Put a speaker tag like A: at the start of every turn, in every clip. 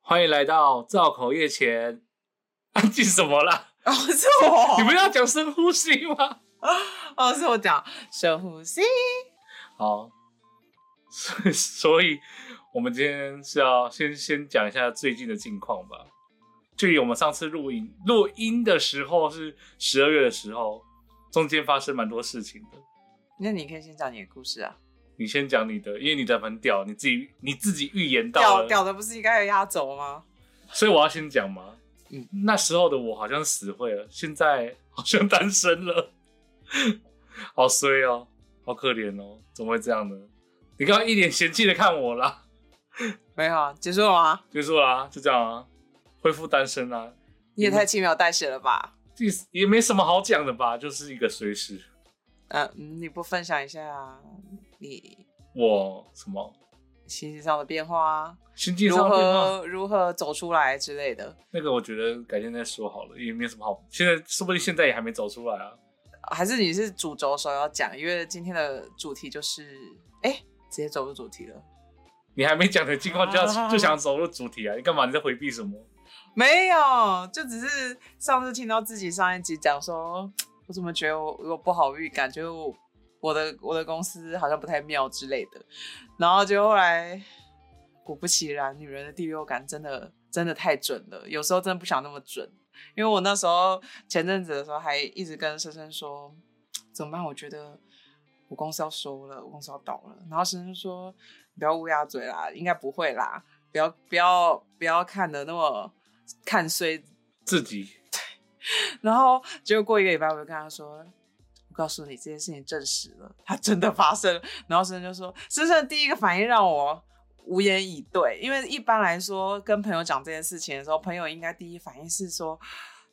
A: 欢迎来到造口夜 前，安静什么啦？
B: 哦，是我，
A: 你不要讲深呼吸吗？
B: 哦，是我讲深呼吸。
A: 好， 所以所以我们今天是要先先讲一下最近的近况吧。距离我们上次录音录音的时候是十二月的时候，中间发生蛮多事情的。
B: 那你可以先讲你的故事啊。
A: 你先讲你的，因为你的很屌，你自己你自己预言到
B: 屌
A: 了，
B: 屌的不是应该有压轴吗？
A: 所以我要先讲嘛。
B: 嗯
A: 那时候的我好像死会了，现在好像单身了， 好衰哦，好可怜哦，怎么会这样呢？你刚刚一脸嫌弃的看我啦，
B: 没有啊，结束了吗？
A: 结束啦，就这样啊，恢复单身啦、
B: 你也太轻描淡写了吧？
A: 第也没什么好讲的吧，就是一个随时
B: 呃嗯，你不分享一下啊你
A: 我什么
B: 心情上的变化啊，
A: 心境
B: 如
A: 上的变化，
B: 何如何走出来之类的，
A: 那个我觉得改天再说好了，也没什么好，现在说不定现在也还没走出来啊。
B: 还是你是主轴首要讲？因为今天的主题就是，哎、直接走入主题了。
A: 你还没讲的情况就要、
B: 啊
A: 就想走入主题啊？你干嘛？你在回避什么？
B: 没有，就只是上次听到自己上一集讲说，我怎么觉得我有不好预感，觉得我我的我的公司好像不太妙之类的，然后就后来果不其然，女人的第六感真的真的太准了，有时候真的不想那么准，因为我那时候前阵子的时候还一直跟深深说，怎么办？我觉得我公司要收了，我公司要倒了。然后深深说，不要乌鸦嘴啦，应该不会啦，不要不要不要看的那么看衰。
A: 自己
B: 然后结果过一个礼拜，我就跟他说。我告诉你，这件事情证实了，它真的发生了。然后深深就说，深深的第一个反应让我无言以对，因为一般来说跟朋友讲这件事情的时候，朋友应该第一反应是说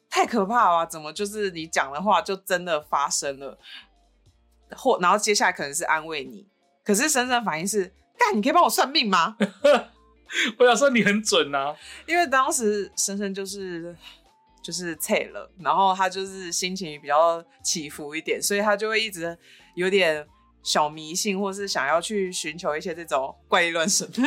B: 太可怕了吧、怎么就是你讲的话就真的发生了，或然后接下来可能是安慰你，可是深深的反应是，干，你可以帮我算命吗？
A: 我想说你很准呐、啊，
B: 因为当时深深就是就是脆了，然后他就是心情比较起伏一点，所以他就会一直有点小迷信，或是想要去寻求一些这种怪力乱神。
A: 这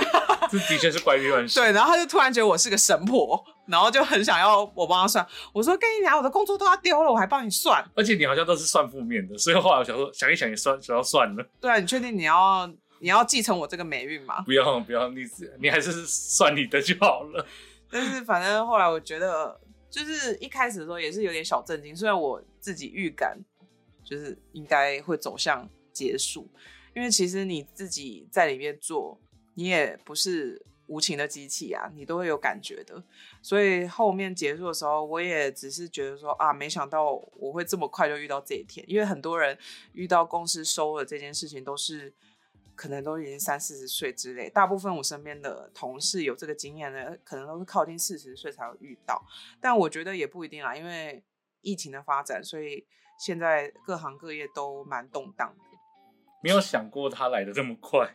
A: 的确是怪力乱神。
B: 对，然后他就突然觉得我是个神婆，然后就很想要我帮他算。我说跟你讲，我的工作都要丢了，我还帮你算。
A: 而且你好像都是算负面的，所以后来我想说，想一想也算，想要算了，
B: 对啊，你确定你要你要继承我这个霉运吗？
A: 不要不要，你你还是算你的就好了。
B: 但是反正后来我觉得，就是一开始的时候也是有点小震惊，虽然我自己预感就是应该会走向结束，因为其实你自己在里面做，你也不是无情的机器啊，你都会有感觉的。所以后面结束的时候，我也只是觉得说啊，没想到我会这么快就遇到这一天，因为很多人遇到公司收了这件事情都是。可能都已经三四十岁之类，大部分我身边的同事有这个经验的，可能都是靠近四十岁才会遇到。但我觉得也不一定啦，因为疫情的发展，所以现在各行各业都蛮动荡的。
A: 没有想过他来的这么快，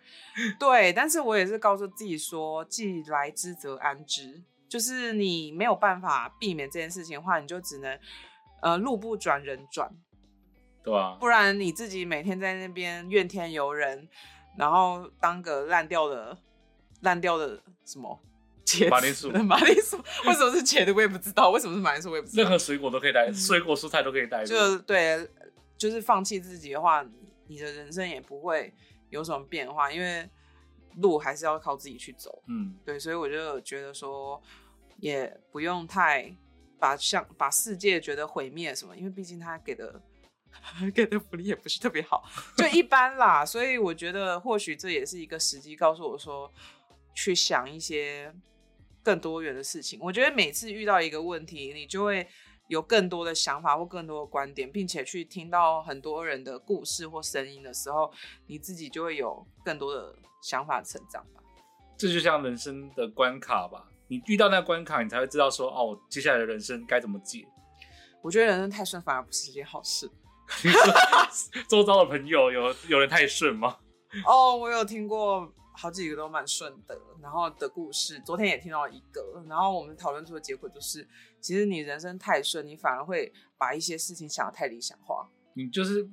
B: 对，但是我也是告诉自己说，既来之则安之，就是你没有办法避免这件事情的话，你就只能呃路不转人转，
A: 对吧、
B: 不然你自己每天在那边怨天尤人，然后当个烂掉的烂掉的什么茄子
A: 马铃薯
B: 马铃薯为什么是茄子我也不知道，为什么是马铃薯我也不知
A: 任
B: 道。
A: 何水果都可以带，水果蔬菜都可以带入。
B: 就对，就是放弃自己的话，你你的人生也不会有什么变化，因为路还是要靠自己去走。
A: 嗯，
B: 对，所以我就觉得说，也不用太把像把世界觉得毁灭什么，因为毕竟他给的 给的福利也不是特别好，就一般啦。所以我觉得或许这也是一个时机，告诉我说，去想一些更多元的事情。我觉得每次遇到一个问题，你就会。有更多的想法或更多的观点，并且去听到很多人的故事或声音的时候，你自己就会有更多的想法成长吧。
A: 这就像人生的关卡吧，你遇到那个关卡，你才会知道说，哦，我接下来的人生该怎么解。
B: 我觉得人生太顺反而不是一件好事。
A: 你 说周遭的朋友有有人太顺吗？
B: 哦，我有听过好几个都蛮顺的，然后的故事，昨天也听到一个，然后我们讨论出的结果就是，其实你人生太顺，你反而会把一些事情想得太理想化。
A: 你就是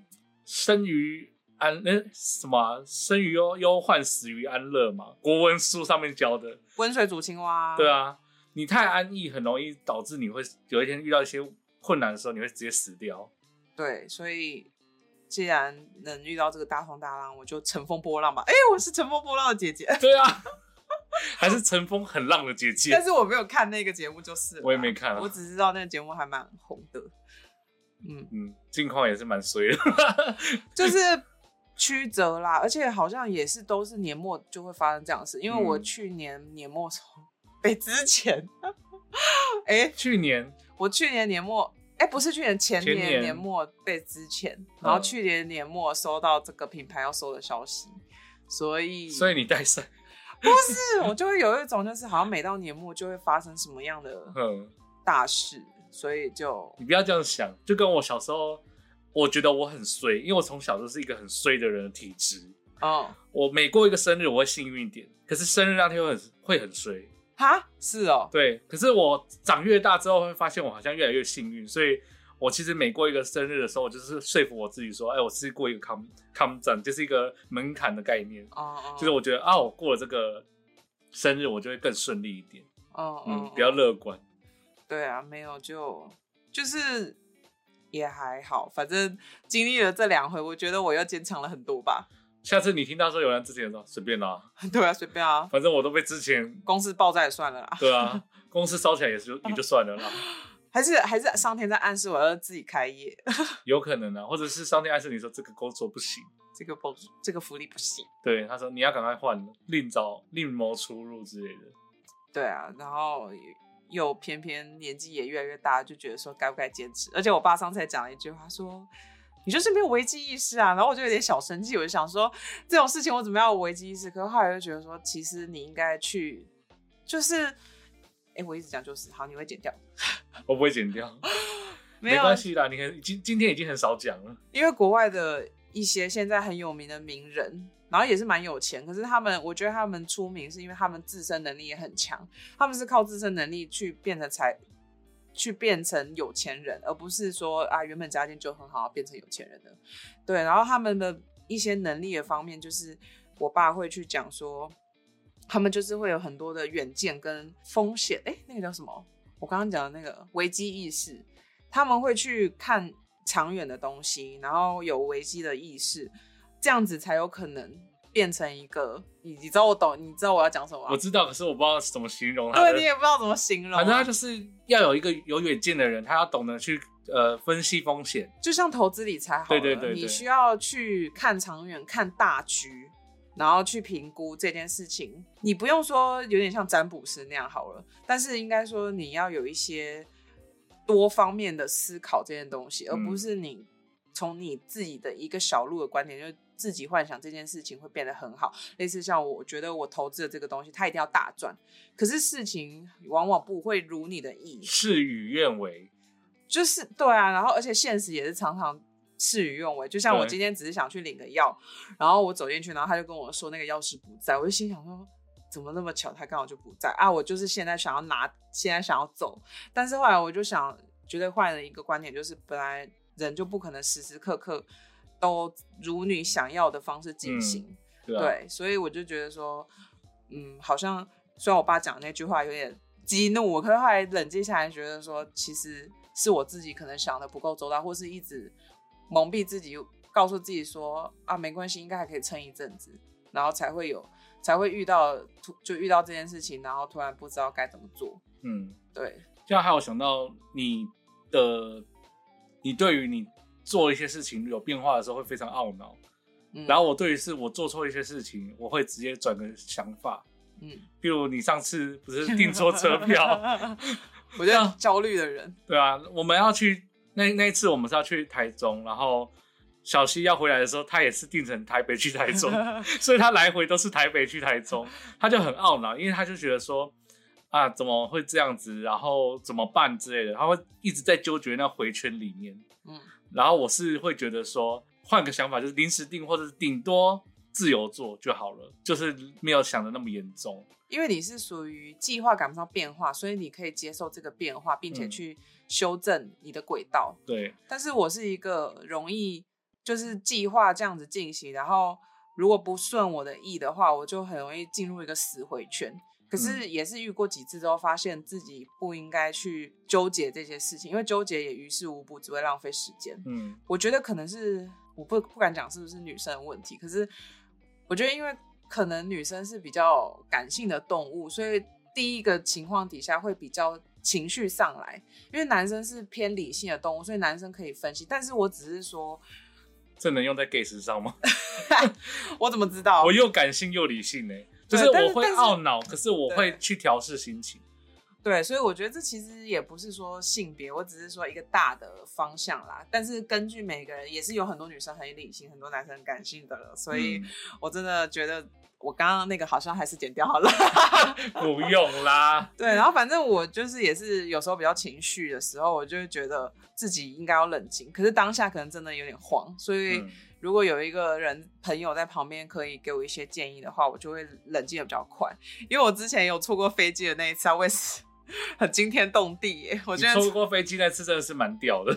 A: 生于安那、什么啊、生于忧忧患，死于安乐嘛。国文书上面教的，
B: 温水煮青蛙，
A: 对，啊，你太安逸，很容易导致你会有一天遇到一些困难的时候，你会直接死掉。
B: 对，所以既然能遇到这个大风大浪，我就乘风破浪吧。哎、我是乘风破浪的姐姐，
A: 对啊， 还是乘风很浪的姐
B: 但
A: 姐。
B: 是我没有看那个节目，就是了
A: 我也没看啊
B: 我只知道那个节目还蛮红的。嗯，
A: 嗯，近况也是蛮衰的。
B: 就是曲折啦，而且好像也是都是年末就会发生这样的事，因为我
A: 嗯
B: 去年年末时候被之前，哎、
A: 去年
B: 我去年年末，哎、不是去年前
A: 前
B: 年
A: 年
B: 年末被之前，然后
A: 嗯
B: 去年年末收到这个品牌要收的消息，所以
A: 所以你带赛，
B: 不是我就会有一种就是好像每到年末就会发生什么样的
A: 嗯，
B: 大事，所以就
A: 你不要这样想，就跟我小时候，我觉得我很衰，因为我从小就是一个很衰的人的体质。
B: 嗯
A: 我每过一个生日，我会幸运一点，可是生日那天会很会很衰。
B: 哈是哦，
A: 对，可是我长越大之后，会发现我好像越来越幸运，所以我其实每过一个生日的时候，我就是说服我自己说，哎，我是过一个 com com 站，就是一个门槛的概念，
B: 哦、嗯，
A: 就是我觉得啊，我过了这个生日，我就会更顺利一点，
B: 嗯
A: 嗯，比较乐观，
B: 对啊，没有就就是也还好，反正经历了这两回，我觉得我又坚强了很多吧。
A: 下次你听到说有人之前说哦随便啦，
B: 对啊，随便啊，
A: 反正我都被之前
B: 公司爆炸也算了啦。
A: 对啊公司烧起来也就也就算了啦，
B: 还是还是上天在暗示我要自己开业，
A: 有可能啊，或者是上天暗示你说这个工作不行，
B: 这个不这个福利不行。
A: 对他说你要赶快换了，另找另谋出路之类的。
B: 对啊，然后又偏偏年纪也越来越大，就觉得说该不该坚持。而且我爸上次还讲了一句话说。你就是没有危机意识啊，然后我就有点小生气，我就想说这种事情我怎么样有危机意识？可是后来又觉得说，其实你应该去，就是，哎、我一直讲就是，好，你会剪掉，
A: 我不会剪掉，
B: 没有
A: 关系啦。你很今今天已经很少讲了，
B: 因为国外的一些现在很有名的名人，然后也是蛮有钱，可是他们，我觉得他们出名是因为他们自身能力也很强，他们是靠自身能力去变成才，去变成有钱人，而不是说啊原本家境就很好变成有钱人的。对，然后他们的一些能力的方面，就是我爸会去讲说，他们就是会有很多的远见跟风险，哎，那个叫什么？我刚刚讲的那个危机意识，他们会去看长远的东西，然后有危机的意识，这样子才有可能变成一个你你知道我懂，你知道我要讲什么吗
A: 我？知道，可是我不知道怎么形容他的。
B: 对你也不知道怎么形容啊，
A: 反正他就是要有一个有远见的人，他要懂得去呃分析风险。
B: 就像投资理财好
A: 对
B: 了，
A: 对对对
B: 你需要去看长远、看大局，然后去评估这件事情。你不用说有点像占卜师那样好了，但是应该说你要有一些多方面的思考这件东西，而
A: 嗯
B: 不是你从你自己的一个小路的观点就。自己幻想这件事情会变得很好，类似像我觉得我投资的这个东西，它一定要大赚，可是事情往往不会如你的意，
A: 事与愿违，
B: 就是对啊，然后而且现实也是常常事与愿违。就像我
A: 对
B: 今天只是想去领个药，然后我走进去，然后他就跟我说那个钥匙不在，我就心想说。怎么那么巧，他刚好就不在啊！我就是现在想要拿，现在想要走，但是后来我就想，觉得换了一个观点，就是本来人就不可能时时刻刻都如你想要的方式进行，
A: 对啊吧、
B: 对，所以我就觉得说，嗯，好像虽然我爸讲那句话有点激怒我，可是后来冷静下来，觉得说其实是我自己可能想的不够周到，或是一直蒙蔽自己，告诉自己说啊没关系，应该还可以撑一阵子，然后才会有才会遇到突就遇到这件事情，然后突然不知道该怎么做。
A: 嗯，
B: 对，
A: 这样还有想到你的，你对于你做一些事情有变化的时候会非常懊恼。
B: 嗯，
A: 然后我对于是我做错一些事情，我会直接转个想法。
B: 嗯，，
A: 比如你上次不是订错车票，
B: 我觉得焦虑的人，
A: 对啊，我们要去那那一次我们是要去台中，然后小西要回来的时候，他也是定成台北去台 中， 所以他来回都是台北去台中，他就很懊恼，因为他就觉得说啊怎么会这样子，然后怎么办之类的，他会一直在纠结那回圈里面。
B: 嗯
A: 然后我是会觉得说换个想法，就是临时订或者是顶多自由做就好了，就是没有想的那么严重。
B: 因为你是属于计划赶不上变化，所以你可以接受这个变化，并且
A: 嗯
B: 去修正你的轨道。
A: 对，
B: 但是我是一个容易就是计划这样子进行，然后如果不顺我的意的话，我就很容易进入一个死回圈。可是也是遇过几次之后，发现自己不应该去纠结这些事情，因为纠结也于事无补，只会浪费时间。
A: 嗯
B: 我觉得可能是我不不敢讲是不是女生的问题，可是我觉得因为可能女生是比较感性的动物，所以第一个情况底下会比较情绪上来，因为男生是偏理性的动物，所以男生可以分析。但是我只是说，
A: 这能用在 gay 时上吗？
B: 我怎么知道
A: 我？又感性又理性呢、欸就
B: 对
A: 是
B: 但
A: 我
B: 是
A: 会
B: 但是
A: 懊恼，可是我会
B: 对
A: 去调试心情。
B: 对，所以我觉得这其实也不是说性别，我只是说一个大的方向啦。但是根据每个人，也是有很多女生很理性，很多男生很感性的了，所以
A: 嗯
B: 我真的觉得我刚刚那个好像还是剪掉好了。
A: 嗯不用 啦，
B: 对，然后反正我就是也是有时候比较情绪的时候，我就会觉得自己应该要冷静，可是当下可能真的有点慌，所以
A: 嗯
B: 如果有一个人朋友在旁边可以给我一些建议的话，我就会冷静的比较快，因为我之前有错过飞机的那一次啊，我也是很惊天动地耶，我
A: 你
B: 觉得
A: 错过飞机那次真的是蛮屌的，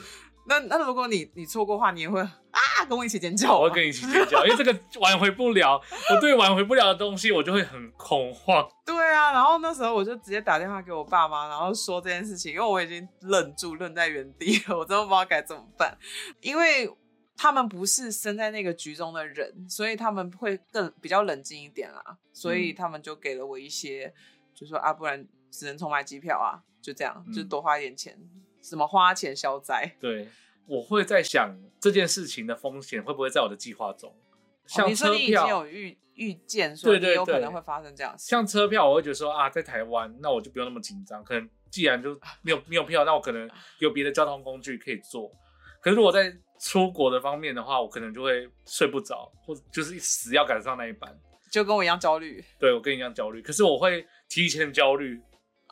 B: 那那如果你你错过的话，你也会啊跟我一起尖叫
A: 我
B: 吗
A: 会，跟你一起尖叫，因为这个挽回不了，我对挽回不了的东西我就会很恐慌。
B: 对啊，然后那时候我就直接打电话给我爸妈，然后说这件事情，因为我已经愣住，愣在原地了， 我真的不知道该怎么办，因为他们不是生在那个局中的人，所以他们会更比较冷静一点啦，所以
A: 嗯
B: 他们就给了我一些，就说啊，不然只能重买机票啊，就这样，
A: 嗯
B: 就多花一点钱，什么花钱消灾，哦
A: 对，我会在想这件事情的风险会不会在我的计划中，
B: 哦
A: 像
B: 你说
A: 车
B: 你已经
A: 票，
B: 有预预见说
A: 对
B: 你
A: 对
B: 有可
A: 对
B: 能会发生这样的事，
A: 像车票，我会觉得说啊，在台湾，那我就不用那么紧张。可能既然就没有没有票，那我可能有别的交通工具可以坐。可是如果在出国的方面的话，我可能就会睡不着，或者就是死要赶上那一班。
B: 就跟我一样焦虑，
A: 对我跟你一样焦虑，可是我会提前焦虑。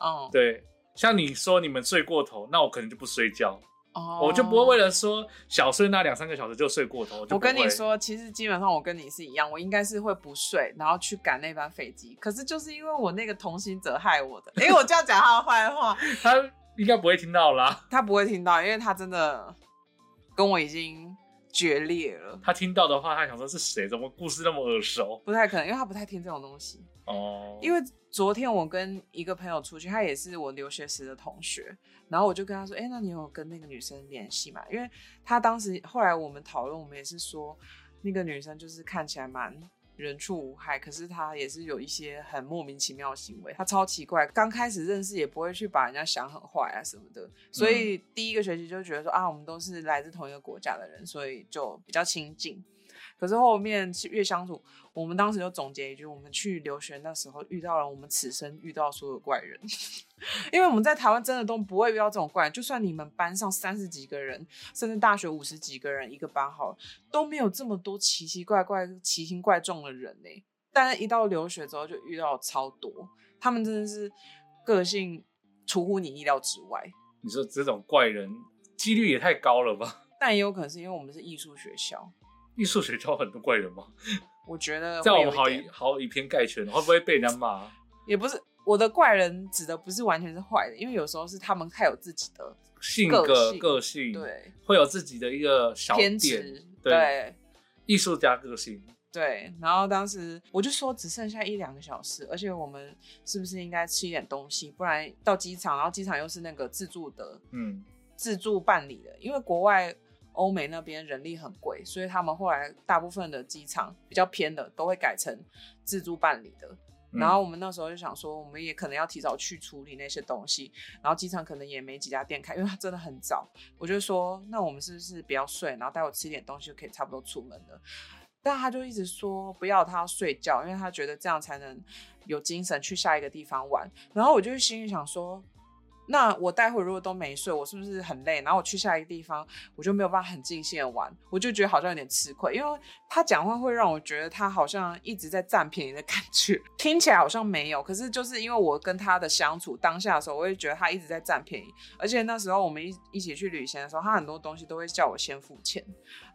B: 嗯，
A: 对，像你说你们睡过头，那我可能就不睡觉，
B: 哦
A: 我就不会为了说小睡那两三个小时就睡过头。我就不
B: 我
A: 会
B: 跟你，说，其实基本上我跟你是一样，我应该是会不睡，然后去赶那班飞机。可是就是因为我那个同行者害我的，因为我这样讲他的坏话，
A: 他应该不会听到啦。
B: 他不会听到，因为他真的跟我已经决裂了，
A: 他听到的话，他想说是谁？怎么故事那么耳熟？
B: 不太可能，因为他不太听这种东西。
A: 哦，
B: 因为昨天我跟一个朋友出去，他也是我留学时的同学，然后我就跟他说：“哎、那你有跟那个女生联系吗？”因为他当时后来我们讨论，我们也是说，那个女生就是看起来蛮人畜无害，可是她也是有一些很莫名其妙的行为，她超奇怪。刚开始认识也不会去把人家想很坏啊什么的，所以第一个学期就觉得说啊，我们都是来自同一个国家的人，所以就比较亲近。可是后面越相处，我们当时就总结一句：我们去留学那时候遇到了我们此生遇到所有怪人，因为我们在台湾真的都不会遇到这种怪人。就算你们班上三十几个人，甚至大学五十几个人一个班好了，都没有这么多奇奇怪怪、奇形怪状的人呢、但是，一到留学之后，就遇到超多，他们真的是个性出乎你意料之外。
A: 你说这种怪人几率也太高了吧？
B: 但也有可能是因为我们是艺术学校，
A: 艺术学校很多怪人吗？
B: 我觉得
A: 这样
B: 会
A: 我
B: 有
A: 们
B: 一
A: 好
B: 点
A: 以好以偏概全，会不会被人家骂？
B: 也不是我的怪人指的不是完全是坏的，因为有时候是他们太有自己的
A: 性
B: 个
A: 格、
B: 性
A: 个性，，
B: 对
A: 会有自己的一个小
B: 偏
A: 点，
B: 执，
A: 对
B: 对
A: 艺术家个性，
B: 对。然后当时我就说只剩下一两个小时，而且我们是不是应该吃一点东西，不然到机场，然后机场又是那个自助的
A: 嗯，
B: 自助办理的，因为国外。欧美那边人力很贵，所以他们后来大部分的机场比较偏的都会改成自助办理的。
A: 嗯
B: 然后我们那时候就想说，我们也可能要提早去处理那些东西，然后机场可能也没几家店开，因为它真的很早。我就说，那我们是不是不要睡，然后待会吃一点东西就可以差不多出门了？但他就一直说不要，他要睡觉，因为他觉得这样才能有精神去下一个地方玩。然后我就心里想说，那我待会如果都没睡，我是不是很累？然后我去下一个地方，我就没有办法很尽兴的玩，我就觉得好像有点吃亏，因为他讲话会让我觉得他好像一直在占便宜的感觉， 听起来好像没有，可是就是因为我跟他的相处当下的时候，我会觉得他一直在占便宜，而且那时候我们一一起去旅行的时候，他很多东西都会叫我先付钱。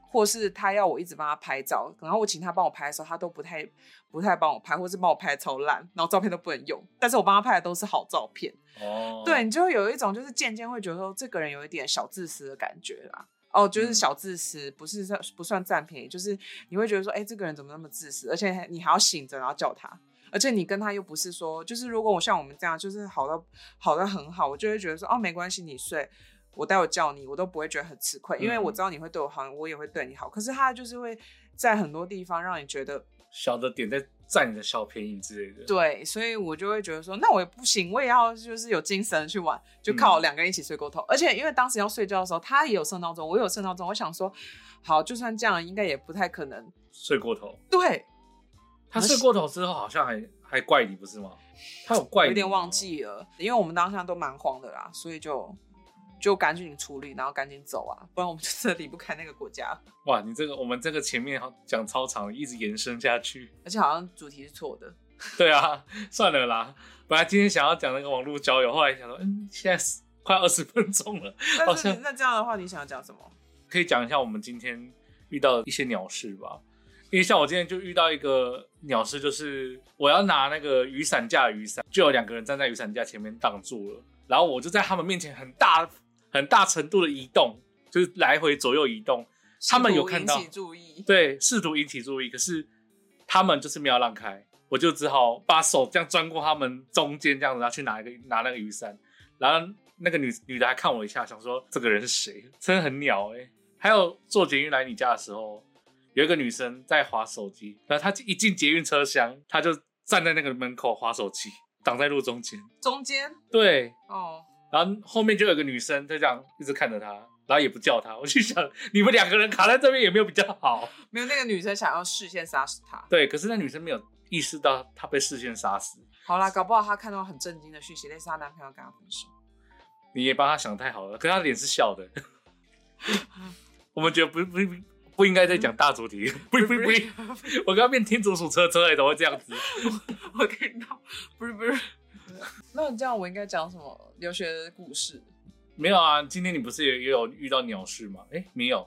B: 或是他要我一直帮他拍照，然后我请他帮我拍的时候，他都不太不太帮我拍，或是帮我拍得超烂，然后照片都不能用。但是我帮他拍的都是好照片，
A: 哦，
B: 对你就会有一种就是渐渐会觉得说这个人有一点小自私的感觉啦。哦，就是
A: 嗯
B: 小自私，不是算不算占便宜，就是你会觉得说，哎、这个人怎么那么自私？而且还你还要醒着然后叫他，而且你跟他又不是说，就是如果我像我们这样，就是好到好到很好，我就会觉得说，哦，没关系，你睡，我待会叫你，我都不会觉得很吃亏，因为
A: 嗯
B: 我知道你会对我好，我也会对你好。可是他就是会在很多地方让你觉得
A: 小的点在占你的小便宜之类的。
B: 对，所以我就会觉得说，那我也不行，我也要就是有精神去玩，就
A: 嗯
B: 靠两个人一起睡过头。而且因为当时要睡觉的时候，他也有设闹钟，我也有设闹钟，我想说，好，就算这样，应该也不太可能。
A: 睡过头，
B: 对，
A: 他睡过头之后好像还还怪你不是吗？他有怪你，
B: 有点忘。记了，因为我们当下都蛮慌的啦，所以就就赶紧处理，然后赶紧走啊，不然我们就真的离不开那个国家。
A: 哇，你这个我们这个前面好讲超长，一直延伸下去。
B: 而且好像主题是错的，
A: 对啊，算了啦。本来今天想要讲那个网络交友，后来想说，嗯，现在是快二十分钟了，好
B: 但是
A: 像
B: 你那这样的话，你想要讲什么？
A: 可以讲一下我们今天遇到的一些鸟事吧。因为像我今天就遇到一个鸟事，就是我要拿那个雨伞架的雨伞，就有两个人站在雨伞架前面挡住了，然后我就在他们面前很大很大程度的移动，就是来回左右移动。他们有
B: 试图
A: 看到
B: 引起注意，
A: 对，试图引起注意，可是他们就是没有让开，我就只好把手这样钻过他们中间，这样子，然后去拿一个拿那个雨伞，然后那个女女的还看我一下，想说这个人是谁，真的很鸟哎、还有坐捷运来你家的时候，有一个女生在划手机，然后她一进捷运车厢，她就站在那个门口划手机，挡在路中间，
B: 中间
A: 对，
B: 哦，
A: 然后后面就有个女生在这样一直看着她，然后也不叫她，我就想你们两个人卡在这边也没有比较好。
B: 没有那个女生想要视线杀死他。
A: 对，可是那女生没有意识到她被视线杀死。
B: 好啦，搞不好她看到很震惊的讯息，类似她男朋友跟她分手。
A: 你也帮她想太好了，可是她脸是笑的。
B: 啊
A: 我们觉得不不不不应该再讲大主题， 不不不，我刚刚变天竺鼠车车了，怎么会这样子？
B: 我看到，不是不是。 那你这样，我应该讲什么留学的故事？
A: 没有啊，今天你不是也也有遇到鸟事吗？哎，没有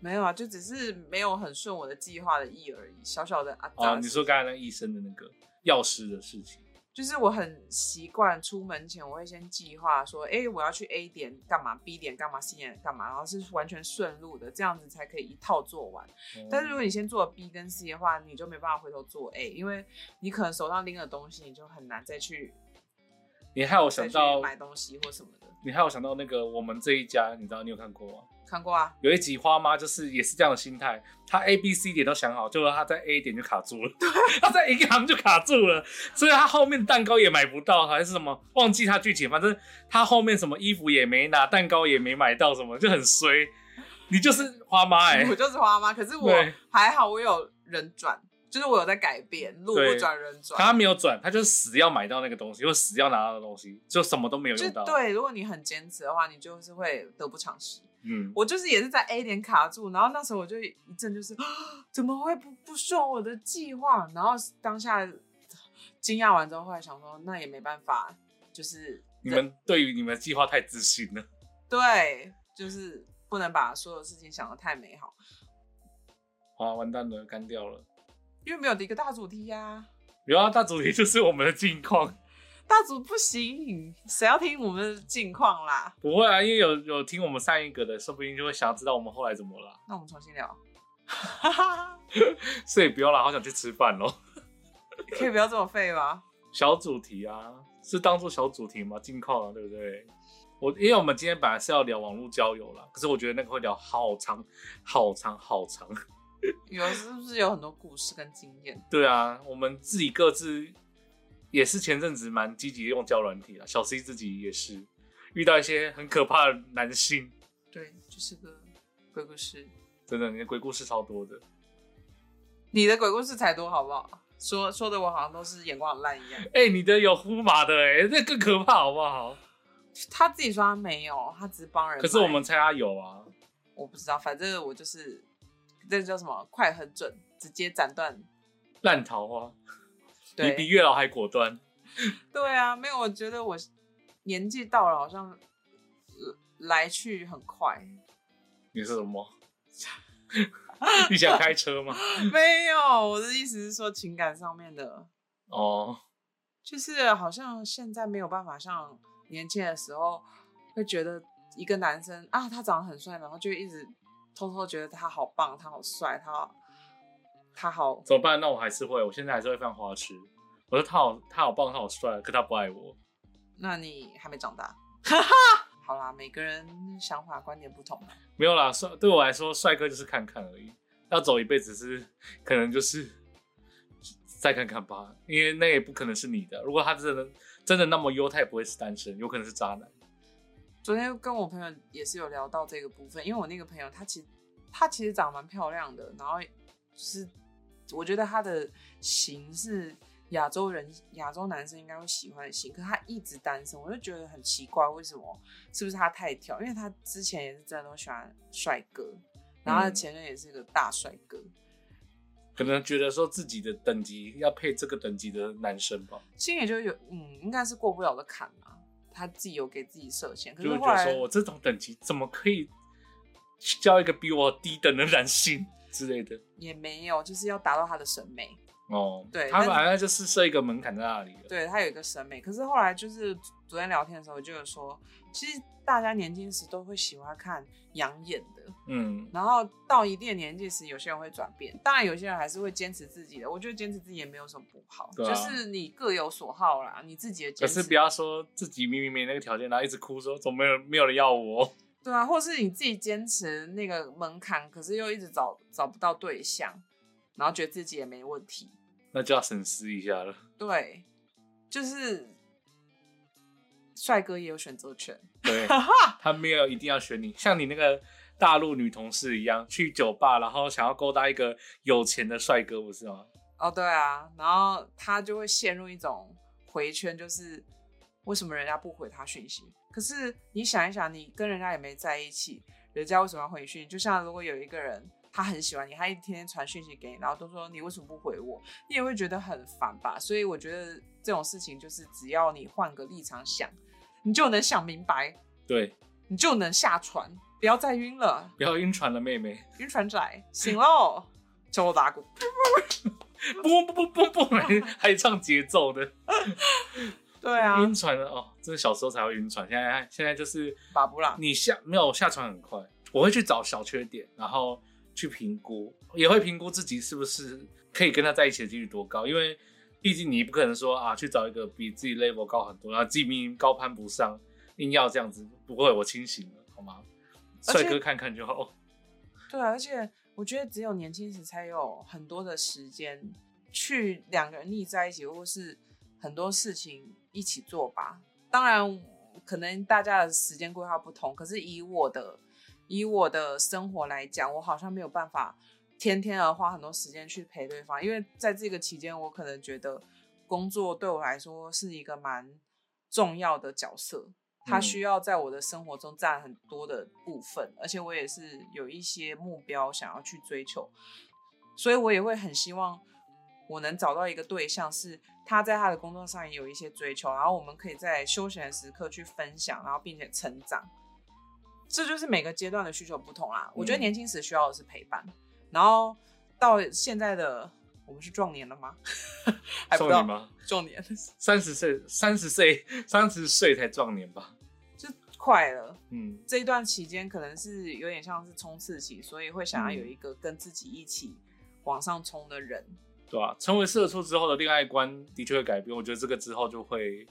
B: 没有啊，就只是没有很顺我的计划的意而已，小小的啊。
A: 哦。你说刚才那个医生的那个药师的事情，
B: 就是我很习惯出门前，我会先计划说，哎、我要去 A 点干嘛，B 点干嘛，C 点干嘛，然后是完全顺路的，这样子才可以一套做完。但是如
A: 哦
B: 果你先做了 B 跟 C 的话，你就没办法回头做 A，因为你可能手上拎的东西，你就很难再去
A: 你害我想
B: 再去
A: 到，
B: 买东西或什么的。
A: 你害我想到那个我们这一家，你知道你有看过吗？
B: 看过啊，
A: 有一集花妈就是也是这样的心态，她 A、B、C 点都想好，结果她在 A 点就卡住了， 她在一个行就卡住了，所以她后面蛋糕也买不到，还是什么忘记她剧情，反正她后面什么衣服也没拿，蛋糕也没买到，什么就很衰。你就是花妈哎、
B: 我就是花妈，可是我
A: 对
B: 还好，我有人转，就是我有在改变，路
A: 对
B: 不转人转。
A: 她没有转，她就是死要买到那个东西，或死要拿到的东西，就什么都没有
B: 就
A: 用到。，
B: 对，如果你很坚持的话，你就是会得不偿失。
A: 嗯，
B: 我就是也是在 A 点卡住，然后那时候我就一阵就是 啊怎么会不不顺我的计划？然后当下惊讶完之后，后来想说那也没办法，就是
A: 你们对于你们的计划太自信了。
B: 对，就是不能把所有事情想得太美好，
A: 啊，完蛋了，干掉了。
B: 因为没有一个大主题呀、啊，
A: 然后大主题就是我们的近况。
B: 大主不行，谁要听我们的近况啦？
A: 不会啊，因为有有听我们上一个的，说不定就会想要知道我们后来怎么了，啊
B: 那我们重新聊，哈哈，
A: 所以不用啦，好想去吃饭咯。
B: 可以不要这么废吗？
A: 小主题啊，是当做小主题嘛，近况啊，对不对？我因为我们今天本来是要聊网络交友啦，可是我觉得那个会聊好长、好长、好长。
B: 有是不是有很多故事跟经验？
A: 对啊，我们自己各自也是前阵子蛮积极用交友软体啊，小 C 自己也是遇到一些很可怕的男性，
B: 对，就是个鬼故事。
A: 真的，你的鬼故事超多的。
B: 你的鬼故事才多，好不好？说说的我好像都是眼光很烂一样。
A: 哎、你的有呼麻的、哎，那更可怕好不好？
B: 他自己说他没有，他只是帮人买。
A: 可是我们猜他有啊，
B: 我不知道，反正我就是这叫什么，快很准，直接斩断。
A: 烂桃花，你比
B: 对
A: 月老还果断。
B: 对啊，没有，我觉得我年纪到了，好像、呃来去很快。
A: 你是什么？ 你想开车吗？
B: 没有，我的意思是说情感上面的，
A: 哦，
B: 就是好像现在没有办法像年轻的时候会觉得一个男生啊，他长得很帅，然后就一直偷偷觉得他好棒，他好帅，他他好
A: 怎么办？那我还是会，我现在还是会犯花痴。我说他好，他好棒，他好帅，可他不爱我。
B: 那你还没长大， 好啦，每个人想法观点不同啊啦
A: 没有啦，帅对我来说，帅哥就是看看而已。要走一辈子是，可能就是再看看吧，因为那也不可能是你的。如果他真的真的那么优，他也不会是单身，有可能是渣男。
B: 昨天跟我朋友也是有聊到这个部分，因为我那个朋友她其实她其实长得蛮漂亮的，然后就是我觉得她的型是亚洲人亚洲男生应该会喜欢的型，可她一直单身，我就觉得很奇怪，为什么？是不是她太挑？因为她之前也是真的都喜欢帅哥，然后
A: 嗯
B: 她的前任也是个大帅哥，
A: 可能觉得说自己的等级要配这个等级的男生吧，
B: 心里就有嗯，应该是过不了的坎啊。她自己有给自己设限，可
A: 就是会
B: 后
A: 觉得
B: 来
A: 说我这种等级怎么可以交一个比我低等的男性 之类的。
B: 也没有，就是要达到她的审美。
A: 哦，
B: 对
A: 他
B: 但是
A: 本来就是设一个门槛在那里了。
B: 对他有一个审美，可是后来就是昨天聊天的时候，就有说，其实大家年轻时都会喜欢看养眼的，
A: 嗯，
B: 然后到一定的年纪时，有些人会转变，当然有些人还是会坚持自己的。我觉得坚持自己也没有什么不好，
A: 对啊
B: 就是你各有所好啦，你自己的
A: 可
B: 坚持。
A: 是不要说自己明明没那个条件，然后一直哭说怎么没有人没有人要我。
B: 对啊，或是你自己坚持那个门槛，可是又一直找找不到对象，然后觉得自己也没问题，
A: 那就要审视一下了。
B: 对，就是帅哥也有选择权。
A: 对，他没有一定要选你，像你那个大陆女同事一样，去酒吧然后想要勾搭一个有钱的帅哥，不是吗？
B: 哦，对啊，然后他就会陷入一种回圈，就是为什么人家不回他讯息？可是你想一想，你跟人家也没在一起，人家为什么要回你讯息？就像如果有一个人他很喜欢你，他一天天传讯息给你，然后都说你为什么不回我，你也会觉得很烦吧？所以我觉得这种事情就是只要你换个立场想，你就能想明白，
A: 对，
B: 你就能下船，不要再晕了，
A: 不要晕船了，妹妹。
B: 晕船仔醒 喽，敲锣打鼓。
A: 不不不不不，还唱节奏的，
B: 对啊，
A: 晕船了哦，真的小时候才会晕船，现在现在就是
B: 巴布拉。
A: 你下没有下船很快，我会去找小缺点，然后去评估，也会评估自己是不是可以跟他在一起的几率多高，因为毕竟你不可能说啊去找一个比自己 level 高很多，然后自己明明高攀不上，硬要这样子，不会，我清醒了，好吗？
B: 而且
A: 帅哥看看就好，
B: 对啊，而且我觉得只有年轻时才有很多的时间去两个人腻在一起，或是很多事情一起做吧。当然，可能大家的时间规划不同，可是以我的以我的生活来讲，我好像没有办法天天的花很多时间去陪对方，因为在这个期间，我可能觉得工作对我来说是一个蛮重要的角色，它
A: 嗯
B: 需要在我的生活中占很多的部分，而且我也是有一些目标想要去追求，所以我也会很希望我能找到一个对象，是他在他的工作上也有一些追求，然后我们可以在休闲的时刻去分享，然后并且成长。这就是每个阶段的需求不同啦。我觉得
A: 嗯
B: 年轻时需要的是陪伴，然后到现在的我们是壮年了吗？还不
A: 少
B: 到
A: 年吗？
B: 壮年，
A: 三十岁，三十岁，三十岁才壮年吧？
B: 就快了。
A: 嗯，
B: 这一段期间可能是有点像是冲刺期，所以会想要
A: 嗯
B: 有一个跟自己一起往上冲的人。
A: 对吧、成为社畜之后的恋爱观的确会改变，我觉得这个之后就会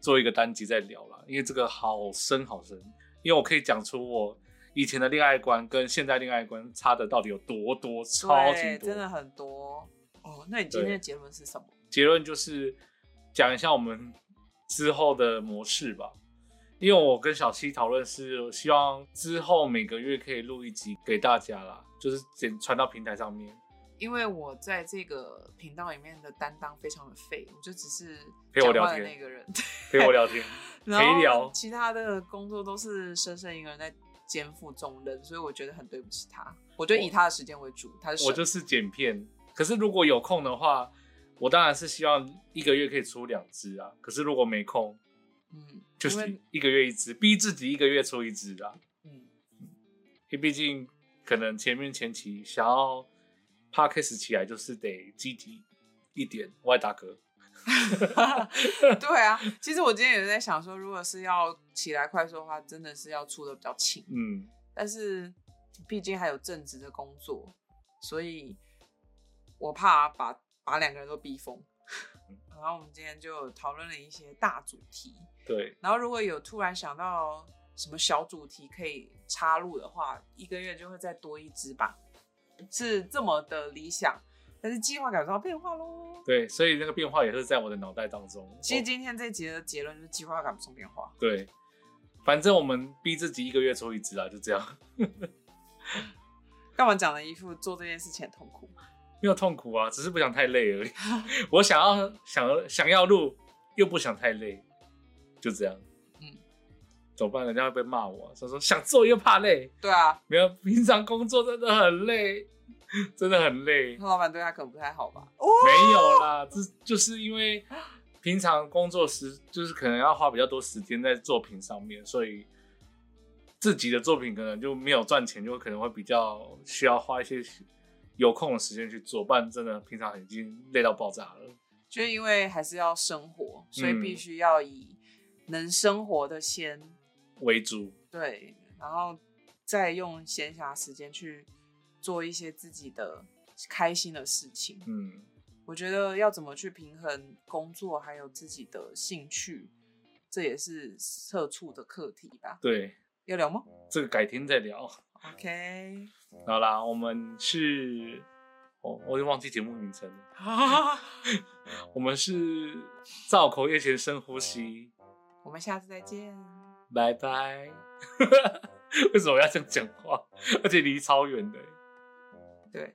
A: 做一个单集再聊了，因为这个好深好深，因为我可以讲出我以前的恋爱观跟现在恋爱观差的到底有多多，超级
B: 对，
A: 多。
B: 真的很多。哦，那你今天的结论是什么？
A: 结论就是讲一下我们之后的模式吧。因为我跟小七讨论是希望之后每个月可以录一集给大家啦，就是剪传到平台上面
B: 因为我在这个频道里面的担当非常的废，我就只是
A: 陪我
B: 讲话
A: 聊天
B: 的那 个人，
A: 陪我 聊天。
B: 然后
A: 陪聊
B: 其他的工作都是深深一个人在肩负重任，所以我觉得很对不起他。我就以他的时间为主，他是
A: 我就是剪片。可是如果有空的话，我当然是希望一个月可以出两支啊。可是如果没空，
B: 嗯，
A: 就
B: 因
A: 是
B: 为
A: 一个月一支，逼自己一个月出一支啊。
B: 嗯，
A: 因为毕竟可能前面前期想要 podcast 起来，就是得积极一点，外打嗝。
B: 对啊，其实我今天也在想说，如果是要起来快速的话，真的是要出的比较勤，
A: 嗯，
B: 但是毕竟还有正职的工作，所以我怕把把两个人都逼疯。 然后我们今天就讨论了一些大主题，
A: 对，
B: 然后如果有突然想到什么小主题可以插入的话，一个月就会再多一支吧，是这么的理想。但是计划赶不上变化喽。
A: 对，所以那个变化也是在我的脑袋当中。
B: 其实
A: 我
B: 今天这集的结论就是计划赶不上变化。
A: 对，反正我们逼自己一个月出一支啊啦，就这样，
B: 干嘛讲的一副做这件事情很痛苦？
A: 没有痛苦啊，只是不想太累而已。 我想要想想要录，又不想太累，就这样。
B: 嗯，
A: 怎么办？人家会被骂我、啊，说说想做又怕累，
B: 对啊，
A: 没有，平常工作真的很累，真的很累。
B: 老板对他可能不太好吧？哦，
A: 没有啦，这就是因为平常工作时就是可能要花比较多时间在作品上面，所以自己的作品可能就没有赚钱，就可能会比较需要花一些有空的时间去做，不然真的平常已经累到爆炸了。
B: 就是因为还是要生活，所以
A: 嗯
B: 必须要以能生活的先
A: 为主，
B: 对，然后再用闲暇时间去做一些自己的开心的事情。
A: 嗯，
B: 我觉得要怎么去平衡工作还有自己的兴趣，这也是社畜的课题吧？
A: 对，
B: 要聊吗
A: 这个改天再聊。
B: ？OK，
A: 好啦，我们是，哦，我又忘记节目名称了。我们是造口夜前深呼吸，
B: 我们下次再见。
A: 拜拜。 为什么要这样讲话？而且离超远的欸、
B: 对，